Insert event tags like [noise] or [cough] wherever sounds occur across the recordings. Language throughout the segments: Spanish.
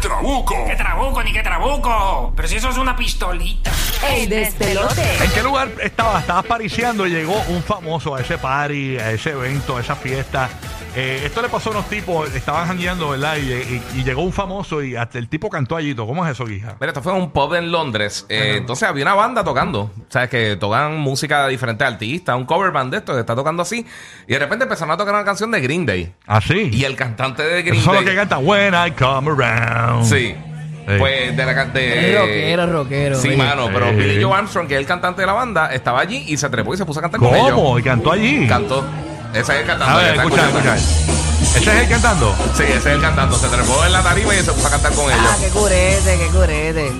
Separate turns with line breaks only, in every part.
trabuco!
¡Qué trabuco, ni qué trabuco! Pero si eso es una pistolita.
El despelote.
¿En qué lugar estaba? Estabas pariciando y llegó un famoso a ese party, a ese evento, a esa fiesta. Eh, esto le pasó a unos tipos, estaban jangueando, ¿verdad? Y, y- y llegó un famoso y hasta el tipo cantó allito. ¿Cómo es eso, guija?
Mira, esto fue en un pub en Londres. Eh, Entonces había una banda tocando. O sea, que tocan música de diferentes artistas. Un cover band de esto que está tocando así. Y de repente empezaron a tocar una canción de Green Day.
Así.
Y el cantante de Green
¿Ah, [laughs] Eso es lo
Day.
que canta When I Come Around.
Sí.
Sí.
Pues de la can- de
Es rockero, rockero,
Sí,
oye.
mano, pero
Sí.
Billy Joe Armstrong, que es el cantante de la banda, estaba allí y se trepó y se puso a cantar con
¿Cómo?
ellos.
Y cantó allí.
Cantó. Ese es el cantante.
a ver,
está
escucha,
escuchando.
escucha. Ese es el cantando.
Sí, ese es el cantante. Se trepó en la tarima y se puso a cantar con
Ah,
ellos.
qué curete, qué curete.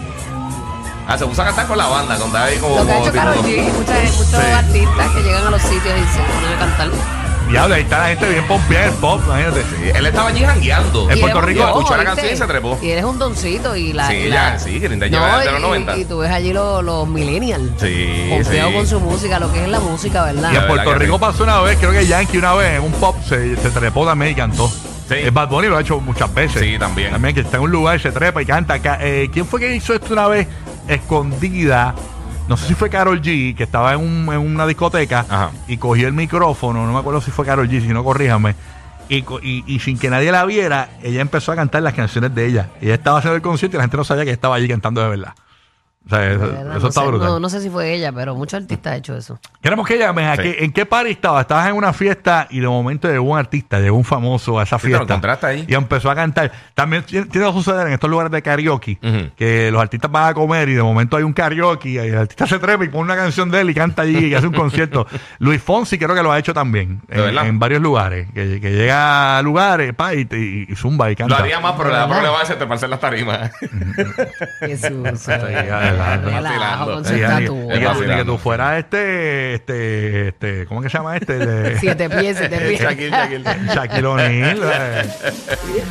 Ah, se puso a cantar con la banda, con David como.
Lo que ha
como
hecho Karol
tipo-
G, muchas- muchos,
Sí.
artistas que llegan a los sitios y se ponen a cantar.
Diablo, ahí está la gente bien pompeada, el pop, imagínate.
Sí, Él estaba allí jangueando.
En
Y
Puerto
eres un
Rico,
don,
escuchó la
¿oíste?
canción y se trepó.
Y eres un doncito y la.
Sí,
y
ya,
la-
sí, que linda, lleva desde
y-
los 90.
Y tú ves allí los, los millennials.
Sí,
Confiado
sí.
con su música, lo que es la música, ¿verdad?
Y en
verdad
Puerto
que
Rico
sí.
pasó una vez, creo que Yankee una vez, en un pop, se, se trepó también y cantó.
Sí.
El Bad Bunny lo ha hecho muchas veces.
Sí, también.
También que está en un lugar y se trepa y canta. Ca- eh, ¿Quién fue que hizo esto una vez escondida? No sé si fue Carol G, que estaba en, un- en una discoteca
Ajá.
y cogió el micrófono, no me acuerdo si fue Carol G, si no corríjame. Y, co- y- y sin que nadie la viera, ella empezó a cantar las canciones de ella. Ella estaba haciendo el concierto y la gente no sabía que estaba allí cantando de verdad. O sea, eso,
De verdad,
eso
no
está
sé,
brutal.
No, no sé si fue ella, pero muchos artistas han hecho
[laughs]
eso.
Queremos que llames Pues, a
Sí.
qué- en qué party estabas. Estabas en una fiesta y de momento llegó un artista, llegó un famoso a esa
te lo
fiesta.
encontraste ahí.
Y empezó a cantar. También ti- tiene que suceder en estos lugares de karaoke
Ujú.
que los artistas van a comer y de momento hay un karaoke y el artista se trepa y pone una canción de él y canta allí y hace un
[laughs]
concierto. Luis Fonsi creo que lo ha hecho también
¿De
en,
verdad?
en varios lugares. Que, que llega a lugares pa, y, y- y zumba y
Lo
canta.
haría más, pero le da problema a ese treparse en las tarimas. [laughs]
Jesús.
adelante.
Relajo con su
Sí, ni- ni que,
Es
tú- ni
estatura.
fácil.
que tú fueras este, este, este, ¿cómo que se llama este?
[laughs]
De- [laughs]
Siete pies, siete pies. [laughs]
Shaquille, Shaquille.
Shaquille
[laughs]
O'Neal. eh.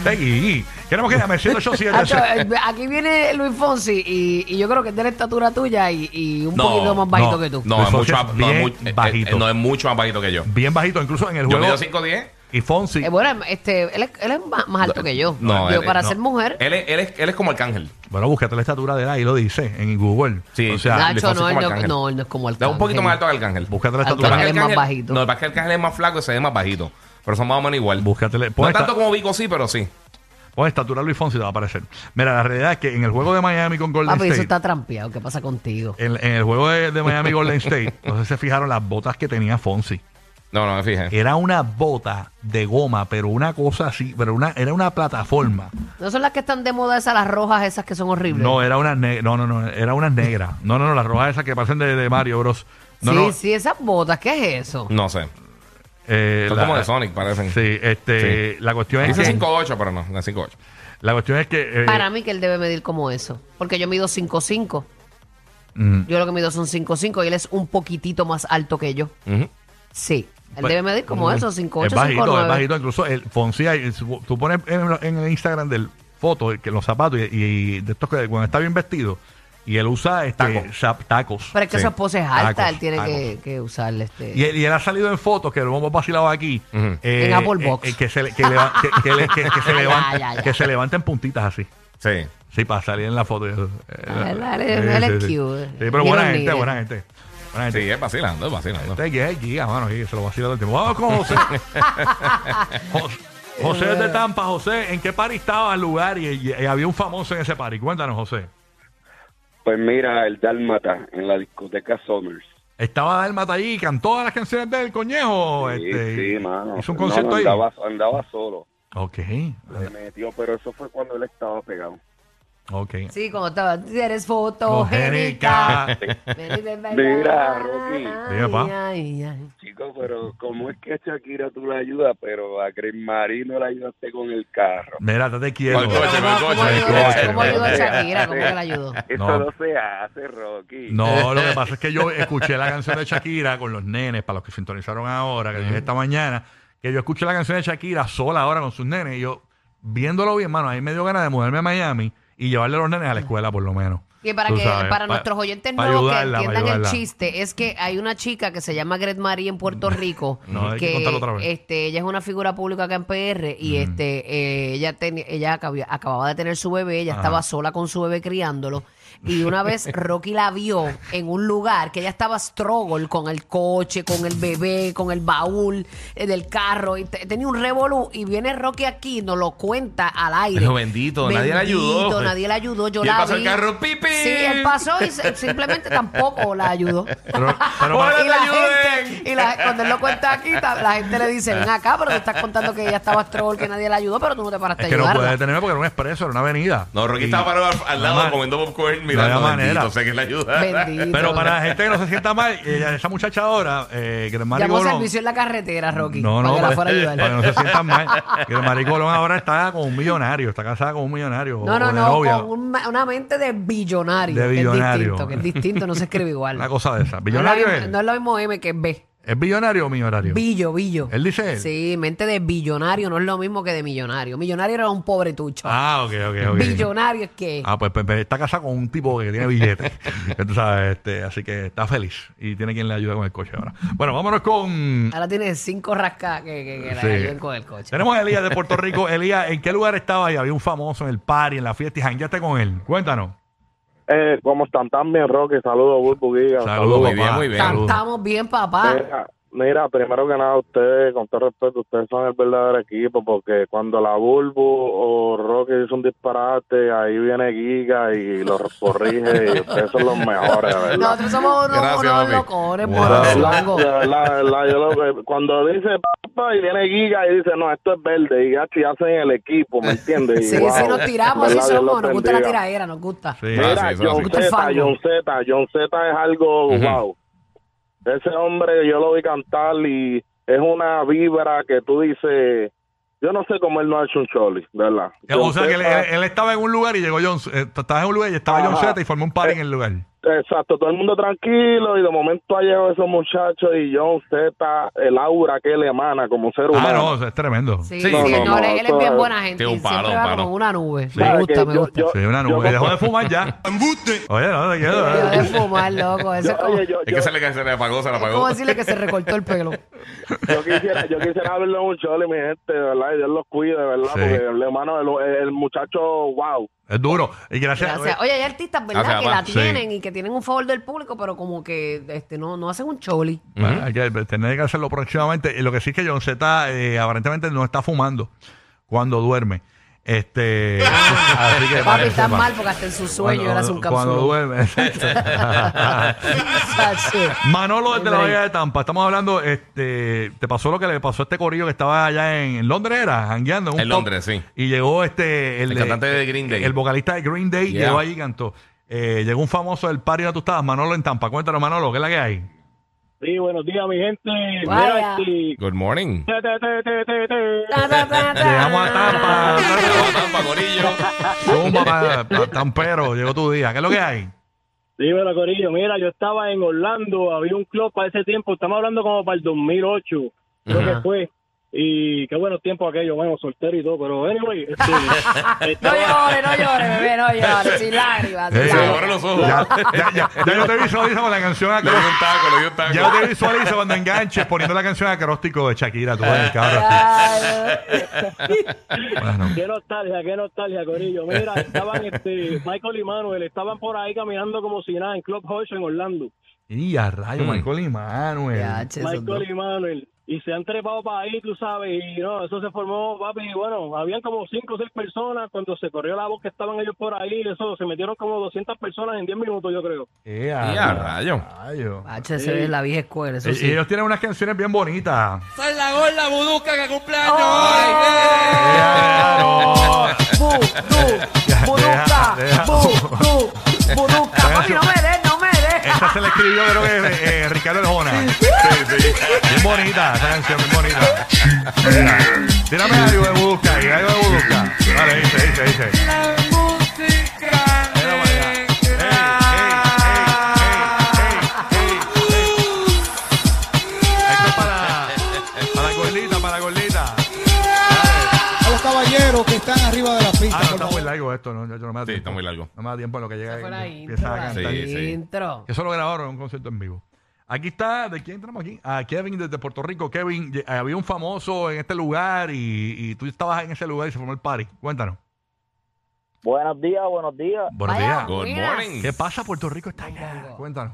Peggy. Queremos que llame
Hacho,
787.
eh, Aquí viene Luis Fonsi y, y yo creo que es de la estatura tuya y, y un
No,
poquito más bajito que tú.
No,
Luis
es
Fonsi
mucho
es
más- no, es
bien
mu- eh, eh,
bajito.
no es mucho más bajito que yo.
Bien bajito, incluso en el
Yo
juego.
mido 5'10".
Y Fonsi.
Eh, bueno, este, él, es, él es más, más alto que yo.
No,
Digo,
él-
para
no.
ser mujer.
Él es, él, es, él es como Arcángel.
Bueno, búscate la estatura de él, ahí lo dice en Google.
Sí.
O sea,
Ah, Luis
Nacho,
Fonsi
no,
es
él
como
no,
Arcángel.
no, él no es como
Es
Arcángel.
un poquito más alto que Arcángel.
búscate la
Arcángel
estatura.
es más bajito.
No, el que Arcángel es más flaco y se ve más bajito. Pero son más o menos igual.
Búscatele-
No
pon
tanto
esta-
como Vico, sí, pero sí.
Pon estatura Luis Fonsi te va a aparecer. Mira, la realidad es que en el juego de Miami con Golden
Papi, Ah, pues, eso
State.
está trampeado. ¿Qué pasa contigo?
En, en el juego de, de Miami Golden State, no sé si se fijaron las botas que tenía Fonsi.
No, no me fijé.
Era una bota de goma, pero una cosa así, pero una, era una plataforma.
¿No son las que están de moda esas, las rojas, esas que son horribles?
No, era una negra. No, no, no. Era una negra. No, no, no. Las rojas esas que parecen de, de Mario Bros. No,
sí,
no.
sí, esas botas, ¿qué es eso?
No sé.
eh,
Son
la-
como de Sonic, parecen.
Sí, este. La cuestión es
Dice
que.
5'8", pero no, no es 5'8".
La cuestión es que. eh,
Para mí que él debe medir como eso. Porque yo mido 5'5".
mm,
Yo lo que mido son 5'5 y él es un poquitito más alto que yo.
Ujú.
Sí. Él
pues,
debe medir como
mm,
eso, 5'8,
Es bajito,
5'9.
es bajito. Incluso el Fonsi, ahí, su- tú pones en, en el Instagram del foto, que los zapatos y, y de estos que cuando está bien vestido. Y él usa este,
Tacos.
zap- tacos.
Pero es que
Sí.
su esposa es alta,
Tacos,
él tiene
tacos.
que, que usar este...
Ah, Y él, y él ha salido en fotos que lo hemos vacilado aquí.
Ujú.
eh,
En Apple Box.
eh, que se le- que leva- que- que le- que- que
[laughs]
se
Ya,
levanta-
ya, ya.
que se levanta en puntitas así.
Sí.
Sí, para salir en la foto. y eso.
Ah,
Eh,
él- él-
sí,
él es
sí, sí.
cute.
Sí, pero
Ni
buena
lo
gente,
niegue.
buena gente. Buena gente.
Sí, es vacilando, es vacilando.
Este guía es guía, mano, y se lo vacila todo el tiempo. Vamos con
[laughs]
José. José. José de Tampa, José, ¿en qué party estaba el lugar y, y- y había un famoso en ese party? Cuéntanos, José.
Pues mira, el Dálmata en la discoteca Summers.
¿Estaba Dalmat ahí y cantó las canciones del conejo?
Sí,
este,
sí,
y-
mano.
¿Hizo un
No, no,
concierto ahí? Eh.
andaba, andaba solo.
Ok,
Se metió, pero eso fue cuando él estaba pegado.
ok.
Sí, como estaba, eres
Congénica.
fotogénica. Ven y ven, baila.
Mira, Rocky.
Dime, pa.
Ay, ay, ay.
Chicos, pero como es que a Shakira tú la ayudas, pero a Green Marino la ayudaste con el carro.
Mira, te quiero.
Con el
Pero
coche,
¿Cómo,
con el
cómo
coche.
ayudó,
Con el
cómo ayudó a
coche.
Shakira? ¿Cómo que la ayudó?
Eso
Eh, No.
no, se hace, Rocky.
[laughs] No, lo que pasa es que yo escuché la canción de Shakira con los nenes, para los que sintonizaron ahora, que dije esta mañana, que yo escuché la canción de Shakira sola ahora con sus nenes, y yo, viéndolo bien, mano, ahí me dio ganas de mudarme a Miami y llevarle a los nenes a la escuela, por lo menos.
Y para
Tú
que
sabes,
para
pa-
nuestros oyentes
pa'
nuevos
ayudarla, pa'
que entiendan el
ayudarla.
chiste, es que hay una chica que se llama Gret Marie en Puerto Rico,
[laughs] No, hay que contarlo otra vez.
este ella es una figura pública acá en PR y este eh, ella teni- ella acabía- acababa de tener su bebé, ella estaba sola con su bebé criándolo y
[laughs]
una vez Rocky la vio en un lugar que ella estaba struggle con el coche, con el bebé, con el baúl eh, del carro y te- tenía un revolú y viene Rocky aquí nos lo cuenta al aire.
Pero bendito, nadie la
pues.
ayudó.
nadie la ayudó, yo
Y él
la
pasó el
vi.
carro, pi, pi.
Sí, él pasó y se- simplemente tampoco la
[laughs]
ayudó. [laughs]
Pero, pero
Hola,
para-
y la
ayuden!
gente, y la- cuando él lo cuenta aquí, ta- la gente le dice, ven acá, pero te estás contando que ella estaba troll, que nadie la ayudó, pero tú no te paraste
es
a
que no
ayudarla.
puede detenerme porque era un expreso, era una avenida.
No, Rocky
Y-
estaba parado al, al
No
lado
hay ma-
comiendo popcorn
no
mirando
había
bendito,
manera.
o sea que le ayuda.
Bendito.
Pero para la gente que no se sienta mal, ella- esa muchacha ahora, eh, que el
Llamó
Colón-
servicio en la carretera, Rocky,
No,
para
no,
que la
para,
fuera a
para que no se
ayudar.
sientan mal. Que el maricolón ahora está con un millonario, está casada con un millonario.
[laughs]
o
No, no,
de
no,
novia,
con un ma- una mente de billonario.
De
que
billonario.
Es distinto, que es distinto, no se escribe igual.
[laughs] Una cosa de esa.
No es la
¿Billonario
misma-
es?
no es lo mismo M que B.
¿Es billonario o millonario?
Billo, billo.
¿Él dice él?
Sí, mente de billonario no es lo mismo que de millonario. Millonario era un pobre tucho.
ah, ok, ok, ok.
Billonario es que...
Ah, pues, pues, pues, está casada con un tipo que tiene billetes. [laughs] Tú sabes, este, así que está feliz y tiene quien le ayuda con el coche ahora. Bueno, vámonos con.
Ahora tiene cinco rascas que, que, que la
Sí.
ayuden con el coche.
Tenemos a Elías de Puerto Rico. Elías, ¿en qué lugar estaba ahí? Había un famoso en el party, en la fiesta y jangueaste con él. Cuéntanos.
Eh, ¿Cómo están tan bien, Roque? Saludos, Bulbo Giga.
muy bien, muy bien.
saludos.
Cantamos bien, papá.
Mira, mira, primero que nada, ustedes, con todo respeto, ustedes son el verdadero equipo, porque cuando la Bulbo o Roque hizo un disparate, ahí viene Giga y los corrige, y ustedes son los mejores, de ¿verdad?
Nosotros somos unos,
Gracias,
unos
papi.
locores,
Wow.
De
por
Gracias.
el
verdad,
hongo.
de verdad, de verdad, yo lo- cuando dice papá y viene Giga y dice, no, esto es verde, y ya si hacen el equipo, ¿me entiendes?
Sí,
Y wow,
sí, nos tiramos, así
¿verdad? Dios los
somos. Nos gusta la
bendiga.
tiradera, nos gusta.
Sí.
Ah,
Mira,
sí, eso es
John
así.
Z,
Fango.
John Z, John Z es algo
Ujú.
wow. Ese hombre yo lo vi cantar y es una vibra que tú dices, yo no sé cómo él no ha hecho un choli, ¿verdad?
O sea, que él,
Zeta,
eh,
él- él estaba en un lugar y llegó John. eh, Estaba en un lugar y estaba John
Ajá.
Z y formó un party en el lugar.
eh.
Exacto, todo el mundo tranquilo y de momento ha llegado esos muchachos y John Z, el aura que él emana como ser humano.
Ah, no, eso es tremendo.
Sí,
Sí.
sí,
No,
no,
no,
no,
él, él es
eso
bien
es-
buena gente.
Sí, un
y siempre
palo, un
va
palo.
como una nube. Me
¿Sabes
gusta,
qué?
me
Yo-
gusta.
yo-
Sí, una
yo
nube.
comp-
Dejó de fumar ya. Oye, no, te quiero.
Yo
eh.
de fumar, loco. Eso
yo-
es como,
oye, yo-
Es que
yo-
se le, se le apagó, se le
es como
apagó.
decirle que se recortó el pelo.
yo quisiera, yo quisiera verlo en un choli, mi gente, de ¿verdad? Y Dios los cuide, de ¿verdad?
Sí.
Porque, hermano, el, el muchacho, wow.
Es duro. Y gracias.
Gracias. Oye, hay artistas, ¿verdad?
Gracias,
que
papá.
la tienen y que tienen un favor del público, pero como que este, no, no hacen un choli.
Bueno,
Ujú.
eh, hay que tener que hacerlo próximamente. Y lo que sí es que John Z eh, aparentemente no está fumando cuando duerme. Este.
[laughs]
así que para
Papi,
que
está
sepa.
mal porque hasta en su sueño
Cuando-
él hace un capsulo.
Cuando duerme.
[laughs]
[laughs] Manolo desde la Bahía de Tampa. Estamos hablando. Este, te pasó lo que le pasó a este corillo que estaba allá en, en Londres, era jangueando. un
En
pub.
Londres, sí.
Y llegó este.
El cantante de Green Day.
El vocalista de Green Day
Yeah.
llegó allí y cantó. Eh, llegó un famoso del party donde tú estabas, Manolo en Tampa. Cuéntanos, Manolo, ¿qué es la que hay?
Sí, buenos días, mi gente.
Vaya.
Mira, este,
Good morning.
te, te, te, te, te, te.
Llegamos a Tampa.
Tampa, Corillo.
Zumba pa- pa- Tampero, llegó tu día. ¿Qué es lo que hay?
Dímelo, Corillo. Mira, yo estaba en Orlando, había un club para ese tiempo, estamos hablando como para el 2008, creo que fue. Y qué buenos tiempos aquellos, bueno, soltero y todo, pero anyway, este,
No
estaba-
llores, no llores, bebé, no llores. Sin lágrimas, sin
Eh,
Se me
lágrimas.
abren los
Ya,
ojos.
ya, ya, ya yo te visualizo con la canción
Le dio
acróstico.
un taco, le dio un taco.
Ya yo te visualizo cuando enganches poniendo la canción acróstico de Shakira. Tú ves, cabrón. Bueno.
Qué nostalgia, qué nostalgia, Corillo. Mira, estaban este, Michael y Manuel, estaban por ahí caminando como si nada en Club Hosh en Orlando.
Y a rayo,
Mm.
Michael y Manuel.
Ya, che, esos dos.
Michael y Manuel. Y se han trepado para ahí, tú sabes. Y no, eso se formó, papi. y Bueno, habían como cinco o seis personas. Cuando se corrió la voz que estaban ellos por ahí, eso se metieron como 200 personas en 10 minutos, yo creo.
Eh,
Y a rayo.
rayo.
H, ese es la vieja escuela, eso
Eh,
sí.
Ellos tienen unas canciones bien bonitas.
Soy la gorda buduca que
[laughs]
cumpleaños.
¡Oh!
Bu, du, buruca,
deja.
bu, du, buruca. Papi, no me des, no me des.
Esta se la escribió, creo que eh, eh, Ricardo Arjona. Sí, sí. Bien bonita, esa canción, bien bonita. Tírame algo de busca, y algo de busca. Vale, dice, dice, dice.
La música
Mira para allá.
negra.
Ey, ey, ey, ey, ey, ey. Esto es para, para Gordita, para Gordita.
a los caballeros los que están arriba de la pista.
Ah, no,
por
está muy
favor.
largo esto. No, yo no me da
Sí,
tiempo.
está muy largo.
No me da tiempo en lo que llega.
Esa fue la intro,
empieza a
la
cantar.
Sí, sí.
intro.
Eso lo grabaron en un concierto en vivo. Aquí está, ¿de quién tenemos aquí? A Kevin desde Puerto Rico. Kevin, ye- había un famoso en este lugar y, y tú estabas en ese lugar y se formó el party. Cuéntanos.
Buenos días, buenos días.
Buenos
Vaya.
días.
Good
Mira.
morning.
¿Qué pasa? Puerto Rico está allá. Cuéntanos.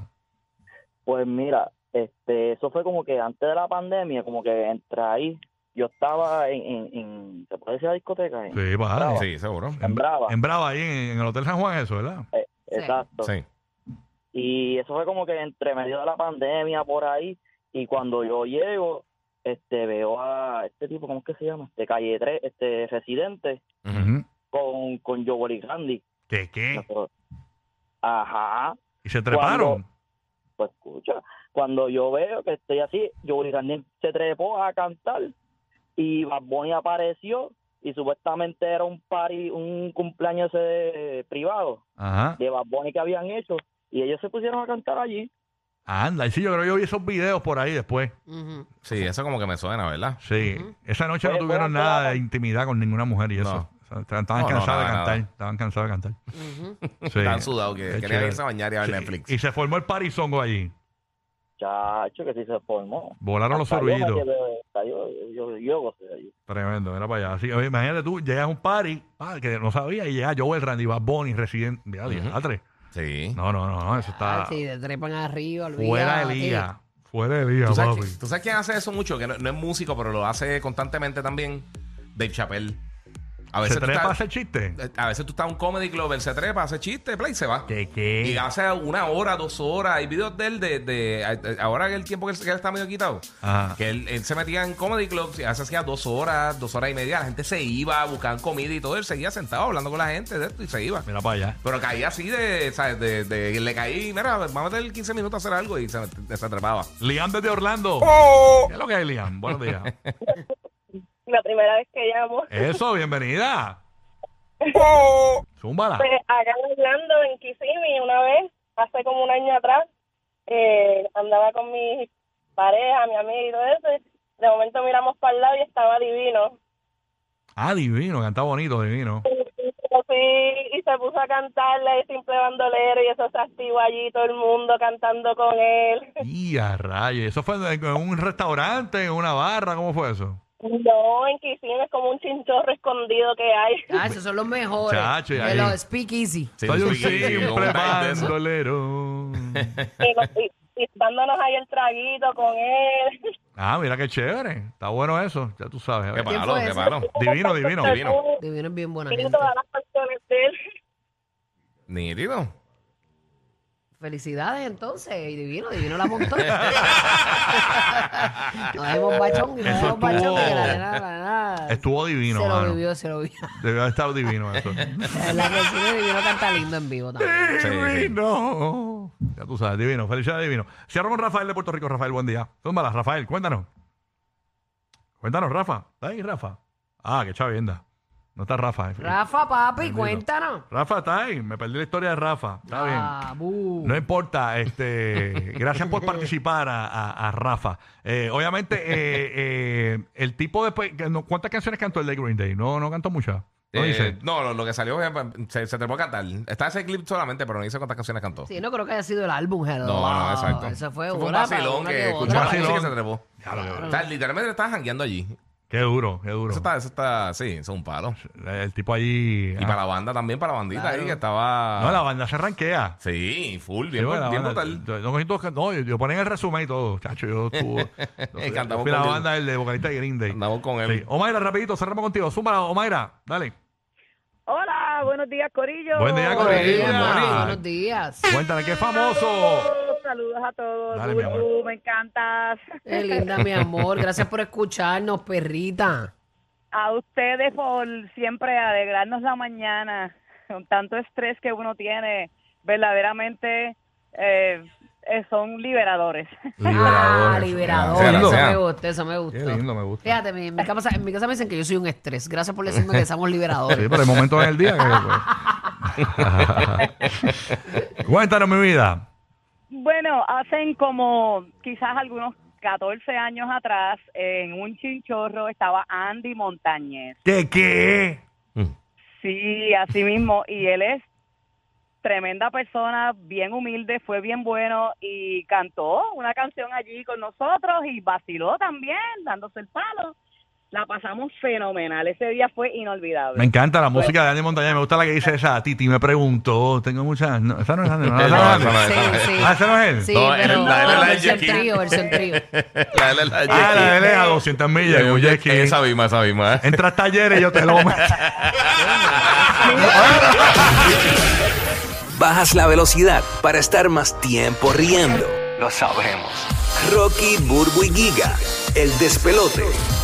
Pues mira, este, eso fue como que antes de la pandemia, como que entre ahí, yo estaba en, en, en- ¿se puede decir la discoteca? En-
Sí, va.
Brava.
Sí, seguro.
En,
Brava.
en Brava, ahí en, en el Hotel San Juan, eso, ¿verdad?
Exacto.
Sí.
Y eso fue como que entre medio de la pandemia por ahí. Y cuando yo llego, este veo a este tipo, ¿cómo es que se llama? De calle 3, este residente
Ujú.
Ujú.
con, con Yobol y Randy.
¿Qué, qué?
Nosotros- Ajá.
¿Y se treparon?
Pues escucha, cuando yo veo que estoy así, Yobol y Randy se trepó a cantar y Bad Bunny apareció y supuestamente era un party, un cumpleaños eh, privado
Ajá.
de Bad Bunny que habían hecho y ellos se pusieron a cantar allí.
Anda, y sí, yo creo que yo vi esos videos por ahí después.
Ujú.
Sí, eso como que me suena, ¿verdad?
Sí. Esa noche no
Oye,
tuvieron
¿puedo
nada
hablar?
de intimidad con ninguna mujer y eso.
Pues, No.
O sea, Estaban
No, no,
cansados de
nada,
cantar.
nada.
Estaban cansados de
[laughs]
cantar.
Ujú.
Sí.
Tan sudado que
Qué
querían
chévere.
irse a bañar y a ver
Sí,
Netflix.
Y se formó el parizongo allí.
Chacho, que sí se formó.
Volaron los
Hasta yo me
sorbitos.
quedé- hasta Yo, yo, yo gocé allí.
Tremendo, era para allá. Así, oye, imagínate tú, llegas a un party ah, que no sabía y llega Joel, Randy, Bad Bunny, Resident. Ya,
Ujú.
diantre.
Sí.
No, no, no, no, eso
Ah,
está
sí, te trepan arriba,
fuera de
olvídate.
liga. Fuera de liga,
¿Tú sabes,
papi.
qui- tú sabes quién hace eso mucho? Que no, no es músico, pero lo hace constantemente también. Dave Chappelle. A veces,
¿Se
tú
trepa a
estás,
hacer chiste?
a veces tú estás en un comedy club, él se trepa, hace chiste, play y se va.
¿Qué,
Y
qué?
hace una hora, dos horas. Hay videos de él de, de- a- a- ahora que el tiempo que él, que él está medio quitado.
Ajá.
Que él, él se metía en comedy clubs y hace hacía dos horas, dos horas y media. La gente se iba, buscaban comida y todo. Él seguía sentado hablando con la gente de esto y se iba.
Mira para allá.
Pero caía así de, ¿sabes? De, de- de- le caí, mira, vamos a meter 15 minutos a hacer algo y se, se atrapaba.
Liam desde Orlando.
¡Oh!
¿Qué es lo que hay, Liam? Buenos días.
la primera vez que llamo.
Eso, bienvenida. Zúmbala.
Pues acá hablando en Kissimmee una vez, hace como un año atrás, eh, andaba con mi pareja, mi amiga y todo eso. y De momento miramos para el lado y estaba divino.
Ah, divino, canta bonito, divino.
Así, y se puso a cantarle y simple bandolero y eso se activó allí todo el mundo cantando con él.
Y a rayos. ¿Eso fue en en un restaurante, en una barra? ¿Cómo fue eso?
No, en Kissimmee es como un chinchorro escondido que hay. [laughs]
Ah, esos son los mejores.
Chacho, y
de
ahí.
los speakeasy.
Sí,
Soy un
sí, sí, sí,
simple
como tal de eso. [laughs]
bandolero.
Y, y- y dándonos ahí el traguito con él. [laughs]
ah, mira qué chévere. Está bueno eso, ya tú sabes. A
Qué
ver.
palo,
fue
qué
ese?
palo.
Divino, divino.
Divino.
Divino es bien buena
Y
gente.
todas las canciones de él.
Nítido.
Felicidades entonces. Y divino, divino la montó.
[laughs]
nos dejemos bachón, nos
Eso
dejemos bachón.
estuvo-
que la nena, la nena
Estuvo divino,
Se lo
mano.
vivió, se lo vivió. [laughs]
Debió haber estado divino
[laughs]
eso.
La que sí divino canta lindo en vivo también.
Sí, sí.
divino. Ya tú sabes, divino. Felicidades, divino. Cierro con Rafael de Puerto Rico. Rafael, buen día. Zúmbala, Rafael, cuéntanos. Cuéntanos, Rafa. ¿Está ahí, Rafa? Ah, qué chavienda. No está Rafa. eh.
Rafa, papi,
Bendito.
cuéntanos.
Rafa está ahí. Me perdí la historia de Rafa. Está bien.
Ah, bu.
No importa, este, gracias por participar a, a- a Rafa. Eh, obviamente, eh, eh, el tipo después, que no- ¿cuántas canciones cantó el de Green Day? No, no cantó muchas. No
Eh,
dice.
no, lo, lo que salió eh, se, se te puede cantar. Está ese clip solamente, pero no dice cuántas canciones cantó.
Sí, no creo que haya sido el álbum Hello.
No, no, exacto.
Eso fue,
Eso
una
un
para
vacilón
una
que escuchó
otra.
la
Vacilón.
música y se trepó.
Ya lo veo.
O sea, literalmente estaba jangueando allí.
Qué duro, qué duro.
Eso está, eso está, sí, eso es un palo.
El tipo allí.
Y
ah,
para la banda también, para la bandita
Claro.
ahí que estaba.
No, la banda se ranquea.
Sí, full,
Sí,
bien,
bueno, la
bien
banda-
brutal.
yo- no cogí todos can- no, yo, yo ponía el resumen y todo. Chacho, yo estuve. yo- yo
Cantamos
fui la
con-
banda del de vocalista de Green Day.
Andamos con él.
Sí. Omaira, rapidito, cerramos contigo. Súmala, Omaira, dale.
Hola, buenos días, Corillo.
Buen día,
Buenos días,
Corina.
Buenos días.
Cuéntame, qué famoso.
Saludos a todos.
Dale, mi amor.
Bulbu, me encantas.
Qué linda, mi amor. Gracias por escucharnos, perrita.
A ustedes por siempre alegrarnos la mañana con tanto estrés que uno tiene. Verdaderamente eh, eh, son liberadores.
Ah, liberador. Eso
Gracias.
me gusta, eso me
Qué
gusta.
lindo, me gusta.
Fíjate, mi- en mi, casa, en mi casa me dicen que yo soy un estrés. Gracias por decirme que somos
Sí,
liberadores.
pero hay momentos en el día que. pues. [laughs] Cuéntanos mi vida.
Bueno, hacen como quizás algunos 14 años atrás, en un chinchorro estaba Andy Montañez.
¿Qué qué?
Mm.
Sí, así mismo. Y él es tremenda persona, bien humilde, fue bien bueno y cantó una canción allí con nosotros y vaciló también, dándose el palo. La pasamos fenomenal. Ese día fue inolvidable.
Me encanta la música de Andy Montañez. Me gusta la que dice esa. Titi me preguntó. Tengo muchas. no, esa no es Andy. No, esa no es Andy.
No, esa no es.
Sí, sí.
Ah, esa no es él.
Sí,
No,
pero
el- la- la- la- la-
versión
Jackie.
trío, versión trío.
La de la
Ah, la de él
Jackie.
es a 200 millas. con jet ski.
Esa misma, esa
[laughs]
misma. ¿eh?
Entras talleres y yo te lo meto.
Bajas la velocidad para estar más tiempo riendo. Lo sabemos. Rocky, Burbu y Giga, el despelote.